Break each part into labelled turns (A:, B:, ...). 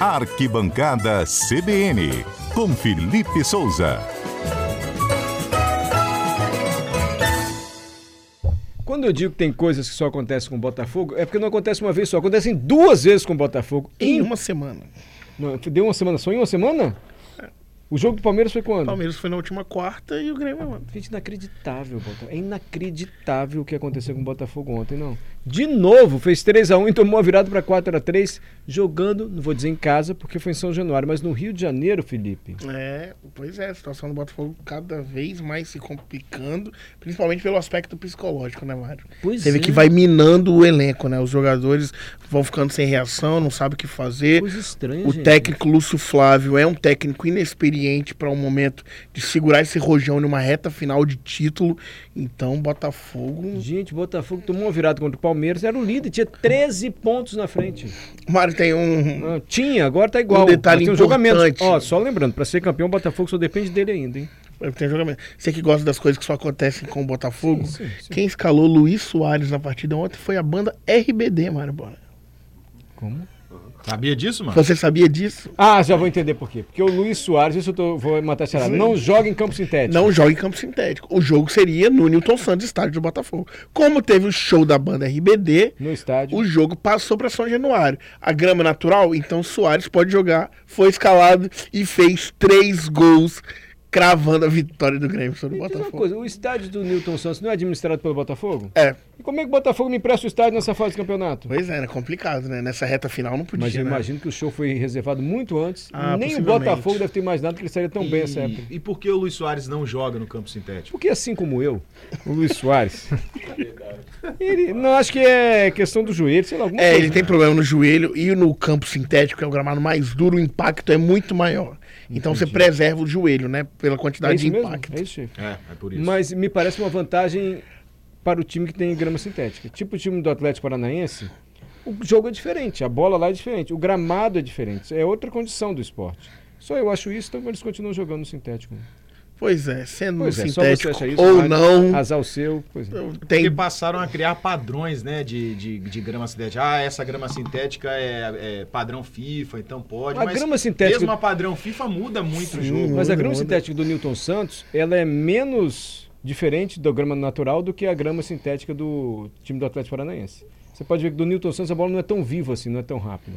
A: Arquibancada CBN, com Felipe Souza.
B: Quando eu digo que tem coisas que só acontecem com o Botafogo, é porque não acontece uma vez só, acontecem duas vezes com o Botafogo.
C: Em uma semana.
B: Não, Deu uma semana só em uma semana? O jogo do Palmeiras foi
C: O
B: quando?
C: Palmeiras foi na última quarta e o Grêmio é ontem.
B: Gente, inacreditável, Botafogo. É inacreditável o que aconteceu com o Botafogo ontem, não. De novo, fez 3x1 e tomou a virada para 4x3, jogando, não vou dizer em casa, porque foi em São Januário, mas no Rio de Janeiro, Felipe.
C: É, pois é, a situação do Botafogo cada vez mais se complicando, principalmente pelo aspecto psicológico, né, Mário?
B: Pois
C: Você vê
B: é.
C: que vai minando o elenco, né? Os jogadores vão ficando sem reação, não sabem o que fazer.
B: Coisa estranha,
C: O
B: gente.
C: técnico Lúcio Flávio é um técnico inexperiente para um momento de segurar esse rojão numa reta final de título. Então, Botafogo.
B: Gente, o Botafogo tomou uma virada contra o Palmeiras, era o líder, tinha 13 pontos na frente.
C: Mário tem um.
B: Ah, tinha, agora tá igual.
C: Um detalhe
B: mas tem jogo a menos.
C: importante.
B: Ó, só lembrando, pra ser campeão, o Botafogo só depende dele ainda, hein?
C: Tem um jogamento. Você que gosta das coisas que só acontecem com o Botafogo.
B: Sim, sim, sim.
C: Quem escalou Luiz Soares na partida ontem foi a banda RBD, Mário Bona.
B: Como?
D: Sabia disso, mano?
C: Você sabia disso?
B: Ah, já vou entender por quê. Porque o Luiz Soares, isso eu tô- vou matar a charada, não joga em campo sintético.
C: Não joga em campo sintético. O jogo seria no Newton Santos, estádio do Botafogo. Como teve o show da banda RBD,
B: No estádio.
C: o jogo passou para São Januário. A grama natural, então Soares pode jogar, foi escalado e fez três gols, cravando a vitória do Grêmio sobre o
B: Me diz uma
C: Botafogo.
B: coisa, o estádio do Newton Santos não é administrado pelo Botafogo?
C: É,
B: E como é que o Botafogo me empresta o estádio nessa fase de campeonato?
C: pois é, era complicado, né? Nessa reta final não podia.
B: Mas eu
C: né?
B: imagino que o show foi reservado muito antes.
C: Ah,
B: Nem o
C: possivelmente.
B: Botafogo deve ter imaginado que ele estaria tão bem essa época.
D: E, e por que o Luiz Soares não joga no campo sintético?
B: Porque assim como eu, o Luiz Soares. ele, não, acho que é questão do joelho, sei lá, alguma
C: É,
B: coisa.
C: ele tem problema no joelho e no campo sintético, que é o gramado mais duro, o impacto é muito maior. Então você preserva o joelho, né? Pela
B: é
C: quantidade
B: isso
C: de
B: mesmo?
C: impacto.
B: É isso, chefe.
D: É, é por isso.
B: Mas me parece uma vantagem para o time que tem grama sintética. Tipo o time do Atlético Paranaense, o jogo é diferente, a bola lá é diferente, o gramado é diferente, é outra condição do esporte. Só eu acho isso, então eles continuam jogando no sintético.
C: Pois é, sendo
B: Pois
C: no
B: é, só você
C: sintético
B: acha isso,
C: ou
B: Mário?
C: não,
B: Azar o seu, pois é.
D: Porque
C: tem
D: passaram a criar padrões, né, de, de, de grama sintética. Ah, essa grama sintética é, é padrão FIFA, então pode.
B: A
D: mas
B: grama sintética-
D: Mesmo a padrão FIFA muda muito o
C: Sim.
D: jogo.
B: Mas a
C: Muda,
B: grama
C: muda.
B: sintética do Newton Santos, ela é menos diferente da grama natural do que a grama sintética do time do Atlético Paranaense. Você pode ver que do Newton Santos a bola não é tão viva assim, não é tão rápida.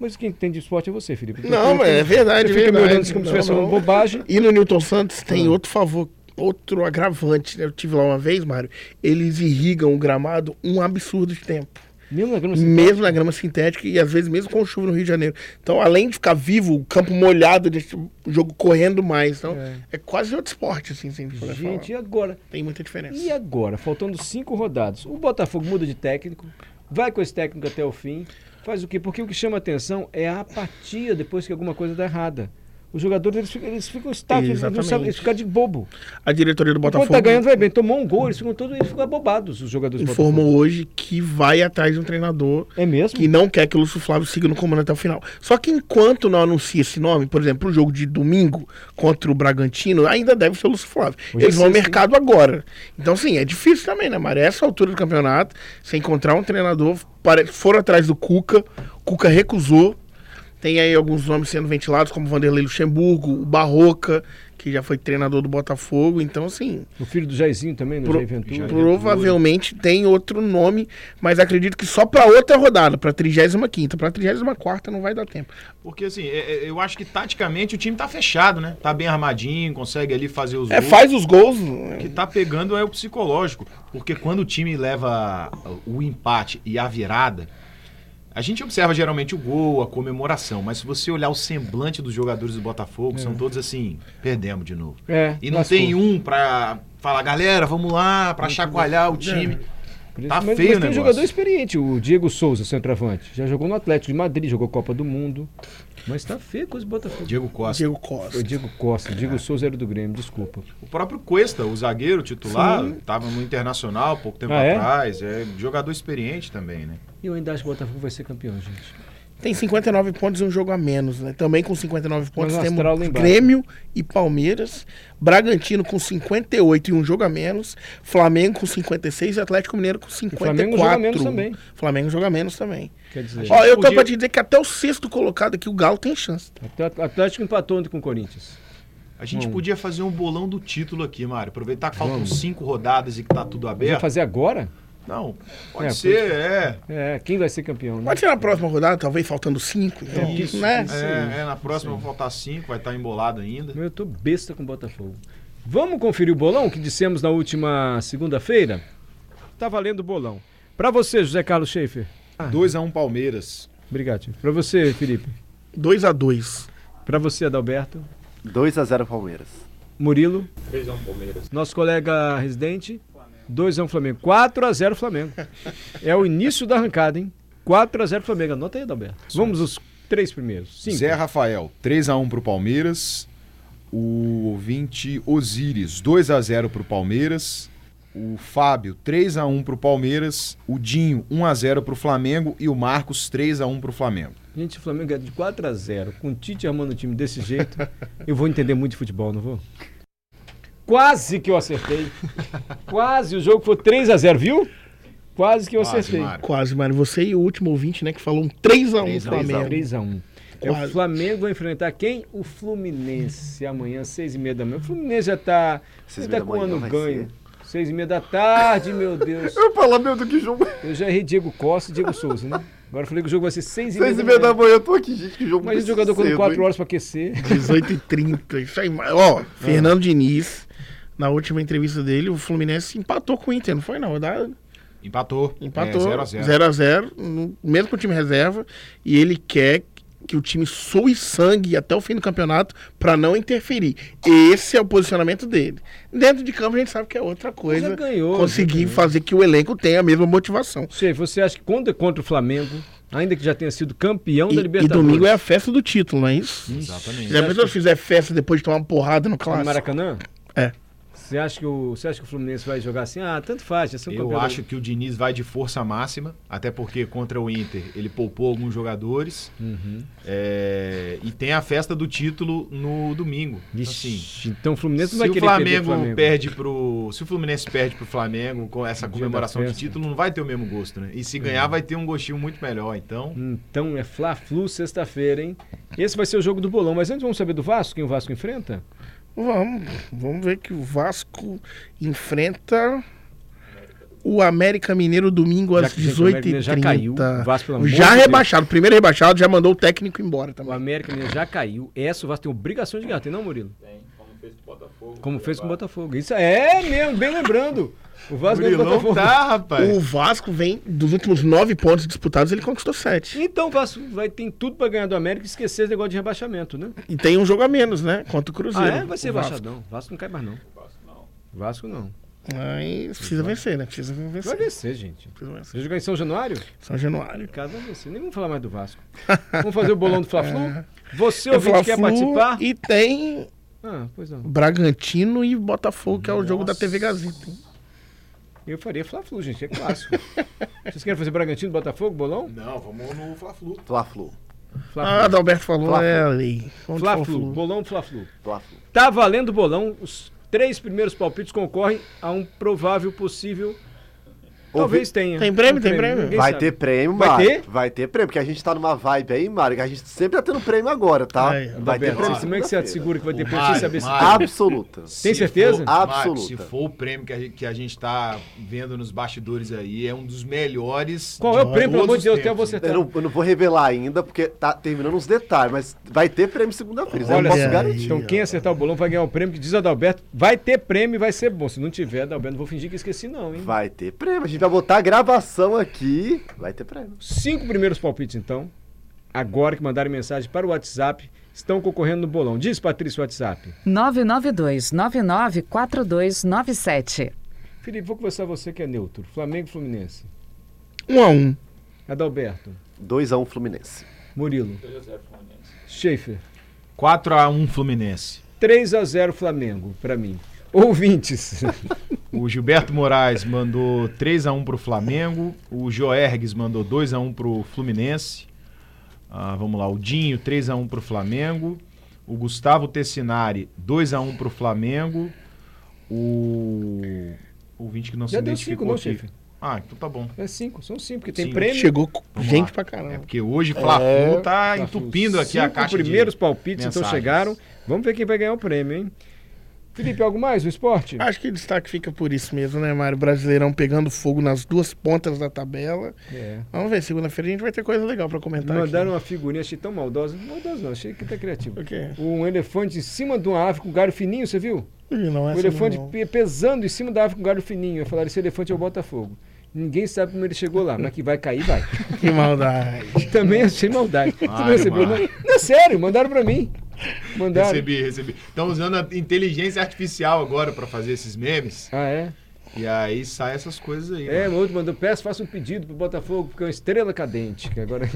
B: Mas quem entende de esporte é você, Felipe. Então,
C: Não,
B: eu
C: mas é
B: Ele
C: verdade.
B: fica me
C: verdade.
B: olhando assim como se
C: Não,
B: estivesse falando
C: não.
B: bobagem.
C: E no Newton Santos tem
B: Ah.
C: outro favor, outro agravante. né? Eu tive lá uma vez, Mário. Eles irrigam o gramado um absurdo de tempo.
B: Mesmo na grama sintética.
C: Mesmo na grama sintética e às vezes mesmo com chuva no Rio de Janeiro. Então, além de ficar vivo, o campo molhado, deixa o jogo correndo mais. Então, é, quase outro esporte, assim, sem poder
B: Gente,
C: falar.
B: e agora?
C: Tem muita diferença.
B: E agora? Faltando cinco rodadas. O Botafogo muda de técnico, vai com esse técnico até o fim. Faz o quê? Porque o que chama atenção é a apatia depois que alguma coisa dá errada. Os jogadores eles ficam, eles ficam estáticos, eles, não sabem,
C: Exatamente.
B: eles ficam de bobo.
C: A diretoria do
B: Quando
C: Botafogo
B: tá ganhando, vai bem. Tomou um gol, eles ficam todos eles ficam abobados, os jogadores do
C: informou hoje que vai atrás de um treinador
B: Botafogo. É mesmo?
C: que não quer que o Lúcio Flávio siga no comando até o final. Só que enquanto não anuncia esse nome, por exemplo, o jogo de domingo contra o Bragantino, ainda deve ser o Lúcio Flávio.
B: Hoje
C: Eles
B: é
C: vão ao
B: sexta, hein?
C: mercado agora. Então, sim, é difícil também, né, Maré? Essa altura do campeonato, você encontrar um treinador, pare- foram atrás do Cuca, o Cuca recusou. Tem aí alguns nomes sendo ventilados, como Vanderlei Luxemburgo, o Barroca, que já foi treinador do Botafogo. Então, assim,
B: O filho do Jairzinho também, no
C: Pro-
B: Jair Ventura.
D: Jair.
C: Provavelmente tem outro nome, mas acredito que só pra outra rodada, pra 35ª, pra 34ª não vai dar tempo.
D: Porque assim, é- é- eu acho que taticamente o time tá fechado, né? Tá bem armadinho, consegue ali fazer os
C: É,
D: gols.
C: faz os gols. né?
D: O que tá pegando é o psicológico. Porque quando o time leva o empate e a virada, a gente observa geralmente o gol, a comemoração. Mas se você olhar o semblante dos jogadores do Botafogo, são todos assim, perdemos de novo.
B: É,
D: E não
B: lascou.
D: tem um pra falar, galera, vamos lá, pra chacoalhar o time.
B: Por isso-
D: Tá
B: mas,
D: feio
B: mas
D: o
B: tem um
D: negócio.
B: jogador experiente, o Diego Souza, centroavante. Já jogou no Atlético de Madrid, jogou Copa do Mundo. Mas tá feio com os Botafogo.
D: Diego Costa.
C: Diego
B: O
C: Costa.
B: Diego Costa, o Diego Souza era do Grêmio, desculpa.
D: O próprio Cuesta, o zagueiro titular, tava no Internacional pouco tempo
B: Ah, é?
D: atrás. É jogador experiente também, né?
B: E eu ainda acho que o Botafogo vai ser campeão, gente.
C: tem 59 pontos e um jogo a menos, né? Também com 59 pontos
B: Mas o
C: temos
B: astral lá embaixo.
C: Grêmio e Palmeiras, Bragantino com 58 e um jogo a menos, Flamengo com 56 e Atlético Mineiro com 54.
B: Flamengo joga menos também.
C: Flamengo joga menos também.
B: Quer dizer,
C: Ó, eu tô
D: podia-
C: pra te dizer que até o sexto colocado aqui, o Galo tem chance. tá?
B: até o Atlético empatou ontem com o Corinthians.
D: A gente podia fazer um bolão do título aqui, Mário. Aproveitar que faltam cinco rodadas e que tá tudo
B: Vai
D: aberto.
B: fazer agora?
D: Não, pode
B: É,
D: ser, é.
B: É, quem vai ser campeão? né?
C: Pode ser na próxima rodada, talvez faltando cinco. Então,
D: É Isso,
C: né?
B: isso.
D: É, é, na próxima vai faltar cinco, vai estar embolado ainda.
B: Eu tô besta com o Botafogo. Vamos conferir o bolão que dissemos na última segunda-feira? Tá valendo o bolão. Pra você, José Carlos Schaefer.
D: 2 a 1 um Palmeiras.
B: Obrigado. Chico. Pra você, Felipe.
C: 2 a 2
B: Pra você, Adalberto.
E: 2 a 0 Palmeiras.
B: Murilo. 3x1 Palmeiras. Nosso colega residente. 2x1 Flamengo. 4x0 Flamengo. É o início da arrancada, hein? 4x0 Flamengo. Anota aí, Adalberto. Vamos os três primeiros. Cinco.
F: Zé Rafael, 3x1 pro Palmeiras. O ouvinte Osíris, 2x0 pro Palmeiras. O Fábio, 3x1 pro Palmeiras. O Dinho, 1x0 pro Flamengo. E o Marcos, 3x1 pro Flamengo.
B: Gente, o Flamengo ganha de 4x0. Com o Tite armando o time desse jeito, eu vou entender muito de futebol, não vou? Quase que eu acertei. Quase. O jogo foi 3x0, viu? Quase que eu
D: Quase,
B: acertei.
D: Mário.
C: Quase, mano. Você e o último ouvinte, né, que falou um 3x1
D: 3 a 1
C: Flamengo.
B: 3x1. É o
C: Quase.
B: Flamengo vai enfrentar quem? O Fluminense. Amanhã, 6h30 da manhã. O Fluminense já tá.
E: Seis
B: Ele
E: e
B: tá
E: meia da
B: com o
E: manhã
B: ano
E: vai
B: ganho.
E: ser.
B: 6h30 da tarde, meu Deus.
E: Eu falar, meu, do que jogo?
B: Eu já errei Diego Costa e Diego Souza, né? Agora eu falei que o jogo vai ser 6h30
E: 6
B: da
E: e meia da
B: manhã.
E: manhã, eu tô aqui, gente, que jogo
B: Imagina o
E: muito
B: jogador com
E: cedo,
B: 4
E: hein?
B: horas pra aquecer.
C: 18 e 30. Isso aí, mas,
D: Ah.
C: ó, Fernando Diniz, na última entrevista dele, o Fluminense empatou com o Inter, não foi na rodada?
D: Empatou.
C: Empatou.
D: 0 É, a 0
C: 0 a 0 no- mesmo com o time reserva, e ele quer que o time soe sangue até o fim do campeonato pra não interferir. Esse é o posicionamento dele. Dentro de campo a gente sabe que é outra coisa.
B: já ganhou, já
C: conseguir
B: ganhou.
C: fazer que o elenco tenha a mesma motivação.
B: Che, você acha que quando é contra o Flamengo, ainda que já tenha sido campeão
C: E,
B: da
C: e
B: Libertadores,
C: domingo é a festa do título, não é isso?
D: Exatamente.
C: Já pensou se fizer festa depois de tomar uma porrada no
B: no
C: clássico?
B: Maracanã?
C: É.
B: Você acha, que o, você acha que o Fluminense vai jogar assim? Ah, tanto faz, já são
D: Eu
B: campeão da-
D: acho que o Diniz vai de força máxima, até porque contra o Inter ele poupou alguns jogadores.
B: Uhum.
D: É, e tem a festa do título no domingo.
B: Vixe,
D: Assim,
B: então o Fluminense
D: se
B: não vai
D: o
B: querer perder
D: Flamengo,
B: pro Flamengo.
D: perde pro. Se o Fluminense perde pro Flamengo com
B: Dia
D: essa
B: da
D: comemoração de
B: festa. Hum.
D: título, não vai ter o mesmo gosto, né? E se ganhar, vai ter um gostinho muito melhor. Então,
B: Então é Fla-Flu sexta-feira, hein? Esse vai ser o jogo do bolão, mas antes vamos saber do Vasco, quem o Vasco enfrenta?
C: Vamos, vamos ver que o Vasco enfrenta o América Mineiro domingo
B: Já
C: às
B: que, gente, o América
C: 18h30.
B: Mineiro já caiu, o Vasco, pelo amor
C: já
B: de Deus.
C: rebaixado, primeiro rebaixado, já mandou o técnico embora
B: O
C: também.
B: América Mineiro já caiu, essa o Vasco tem obrigação de ganhar, tem não, Murilo? Tem, como fez com o Botafogo. Como fez com o Botafogo, isso é mesmo, bem lembrando. O
D: o
B: Vasco ganhou do
D: Murilão
B: Botafogo.
D: tá, rapaz.
C: O Vasco vem, dos últimos nove pontos disputados, ele conquistou sete.
B: Então o Vasco vai ter tudo pra ganhar do América e esquecer esse negócio de rebaixamento, né?
C: E tem um jogo a menos, né? Contra o
B: Ah,
C: Cruzeiro.
B: é? Vai ser
C: o Vasco.
B: rebaixadão. Vasco não cai mais, não. Vasco não.
C: Aí precisa vencer, né? Precisa vencer.
B: Vai vencer, gente.
C: Precisa vencer.
B: Você jogar em São Januário?
C: São Januário.
B: Casa vai vencer. Nem vamos falar mais do Vasco. Vamos fazer o bolão do
C: É.
B: Fla-Flu? Você,
C: Eu
B: ouvinte, quer participar?
C: E tem
B: Ah, pois não.
C: Bragantino e Botafogo, que é o jogo da
D: Nossa.
C: TV Gazeta. hein?
B: Eu faria Fla-Flu, gente. É clássico. Vocês querem fazer Bragantino, Botafogo, bolão?
D: Não, vamos no Fla-Flu.
E: Fla-Flu,
C: Ah,
B: Fla-Flu.
C: Adalberto falou,
E: Fla-Flu.
C: é a lei. Vamos de
B: Fla-Flu. Bolão Fla-Flu.
E: Fla-Flu.
B: Tá valendo o bolão. Os três primeiros palpites concorrem a um provável possível. Talvez tenha. Um
C: Tem prêmio? Tem prêmio?
B: Ninguém
E: Vai
B: sabe.
E: ter prêmio,
B: Vai
E: Mário.
B: ter?
E: Vai ter prêmio, porque a gente tá numa vibe aí, Mário, que a gente sempre tá tendo prêmio agora, tá?
C: Aí,
E: vai ter
B: Roberto,
E: prêmio.
B: Como é que você
E: segunda-feira.
B: segura que vai ter
D: O
B: prêmio sem
D: Mário,
B: saber se
D: Mário.
E: Absoluta.
D: Se
B: certeza?
D: for- Mário, se
E: Absoluta.
D: for o prêmio que a, gente, que a gente tá vendo nos bastidores aí, é um dos melhores.
B: Qual é o prêmio, pelo amor
D: todos
B: de
D: os
B: Deus? Até eu vou
D: tempos,
B: acertar.
E: Eu não, eu não vou revelar ainda, porque tá terminando os detalhes, mas vai ter prêmio segunda-feira. isso Eu
B: Olha
E: posso
B: só.
E: garantir.
B: Então, quem acertar o bolão vai ganhar o prêmio que diz Adalberto. Vai ter prêmio e vai ser bom. Se não tiver, Adalberto, não vou fingir que esqueci, não, hein?
E: Vai ter prêmio. A gente vai botar a gravação aqui. Vai ter prêmio.
B: Cinco primeiros palpites, então. Agora que mandarem mensagem para o WhatsApp, estão concorrendo no bolão. Diz, Patrícia, o WhatsApp.
G: 992994297.
B: Felipe, vou conversar com você que é neutro. Flamengo e Fluminense.
C: Um a um.
B: Adalberto.
E: 2x1 Fluminense.
B: Murilo. 2x0 Fluminense. Schaefer.
D: 4x1 Fluminense.
B: 3x0 Flamengo, para mim. Ouvintes.
D: O Gilberto Moraes mandou 3x1 pro Flamengo. O Joergues mandou 2x1 pro um Fluminense. Ah, vamos lá, o Dinho 3 a 1 pro Flamengo, o Gustavo Tessinari 2 a 1 pro Flamengo, o o ouvinte que não
B: Já
D: se
B: deu cinco,
D: identificou
B: não,
D: aqui.
B: chefe?
D: Ah, então tá bom.
B: É cinco, são cinco, porque tem
D: Sim,
B: prêmio.
C: Chegou co-
D: Vamos
C: gente
D: lá.
C: pra
D: É
C: caramba.
D: porque hoje Flafu
C: É,
D: tá
B: Tá,
D: entupindo aqui
B: cinco
D: a caixa de-
B: primeiros palpites então
D: mensagens.
B: chegaram. Vamos ver quem vai ganhar o prêmio, hein? Felipe, algo mais no esporte?
C: Acho que o destaque fica por isso mesmo, né, Mário? Brasileirão pegando fogo nas duas pontas da tabela.
B: É.
C: Vamos ver, segunda-feira a gente vai ter coisa legal pra comentar
B: Mandaram
C: tá aqui.
B: uma figurinha, achei tão maldosa. Maldosa não, achei que tá criativo.
C: O quê?
B: Um elefante em cima de uma ave com galho fininho, você viu?
C: Ih, não,
B: O
C: essa
B: elefante
C: não.
B: pe- pesando em cima da ave com galho fininho. Eu falaram, esse elefante é o Botafogo. Ninguém sabe como ele chegou lá, mas que vai cair, vai.
C: Que maldade.
B: Também achei maldade. Você não
D: Mário,
B: recebeu, não?
D: Mário.
B: Não, sério, mandaram pra mim. Mandaram.
D: Recebi, recebi. Estão usando a inteligência artificial agora pra fazer esses memes.
B: Ah, é?
D: E aí sai essas coisas aí. né?
B: É,
D: mano.
B: o outro mandou, peço, faça um pedido pro Botafogo, porque é uma estrela cadente. Que agora...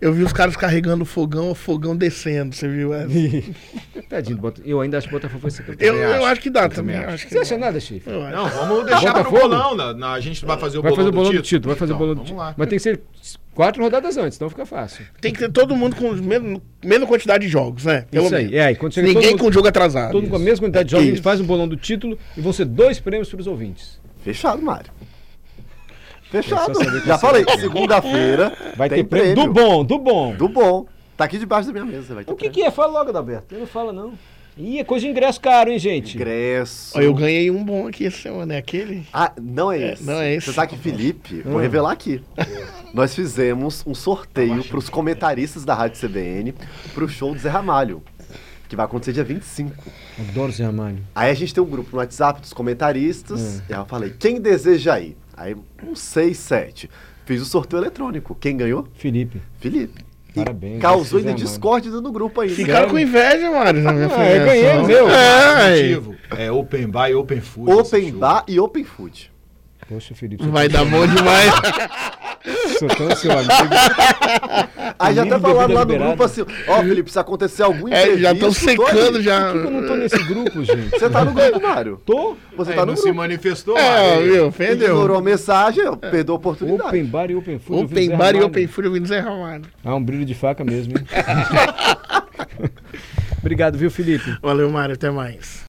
C: Eu vi os caras carregando o fogão, o fogão descendo, você viu? É. essa?
B: Tadinho do Botafogo. Eu ainda acho que o Botafogo vai ser campeão.
C: Eu, eu
D: acho.
C: acho. que dá
D: também
C: também.
D: acho.
C: acho que
B: Você
C: dá.
B: acha nada, chefe?
C: Eu acho.
D: Não, vamos deixar pro
B: Botafogo?
D: bolão. Não, não, a gente não vai fazer o
B: Vai
D: bolão
B: fazer o bolão
D: do
B: do título, vai fazer o
D: Então,
B: bolão do título.
D: Vamos lá.
B: Mas tem que ser quatro rodadas antes, então fica fácil.
C: Tem que ter todo mundo com os mesmo- mesma quantidade de jogos, né?
B: Isso aí. É, e quando chega
C: Ninguém
B: todo
C: com
B: mundo,
C: o jogo atrasado. É
B: todo mundo com a mesma quantidade de jogos, a gente
C: Ah, Isso.
B: faz um bolão do título e vão ser dois prêmios pros ouvintes.
E: Fechado, Mário. Fechado.
B: É só saber que
E: Já
B: você
E: falei,
B: vai ter.
E: segunda-feira
B: Vai
E: tem
B: ter prêmio, do bom, do bom.
E: Do bom. Tá aqui debaixo da minha mesa. Vai ter um
B: O que que é? Fala logo, Adalberto. Ele não fala, não. Ih, é coisa de ingresso caro, hein, gente?
E: Ingresso.
B: assim,
C: Ó, eu ganhei um bom aqui essa semana, é aquele?
E: Ah, não é
C: É,
E: esse.
C: não é esse. Ah.
E: Você sabe que Felipe, vou revelar aqui. Nós fizemos um
B: Tá
E: sorteio para os comentaristas da Rádio CBN para o show do Zé Ramalho, que vai acontecer dia 25.
B: Adoro Zé Ramalho.
E: Aí a gente tem um grupo no WhatsApp dos comentaristas.
C: É.
E: E aí eu falei, quem deseja ir? Aí, uns seis, sete. Fiz o sorteio eletrônico. Quem ganhou?
B: Felipe.
E: Felipe. E
B: Parabéns,
E: Causou
B: Zé
E: ainda
B: Ramalho.
E: discórdia no grupo ainda.
C: Ficaram com inveja, Mário. na minha
B: Ah, eu ganhei
C: premiação.
B: o meu.
C: É,
D: Motivo. É Open Bar e Open Food. esse
E: Open
D: show.
E: Bar e Open Food.
B: Poxa, Felipe, tá-
C: aí.
B: sou,
C: vai dar bom demais.
B: sou tão seu amigo.
E: Aí já até
B: Livre
E: falaram lá no
B: bebida
E: grupo assim, ó, Felipe, se acontecer algum
C: É,
E: imprevisto...
C: já estão secando
E: tô aí.
C: já.
B: Eu não tô nesse grupo, gente.
E: Você tá no grupo, Mário.
B: Tô?
E: Você
D: Aí
E: tá
D: É, não
E: no
D: se
E: grupo.
D: manifestou.
C: É,
D: Mário.
C: viu?
E: Ignorou
C: Perdeu.
E: a mensagem, eu perdi a oportunidade.
B: Open Bar e Open Food. eu vi Zé
C: Open Bar e
B: Ramalho.
C: Open Food ouvindo Zé Ramalho.
B: Ah, um brilho de faca mesmo, hein? Obrigado, viu, Felipe?
C: Valeu, Mário. Até mais.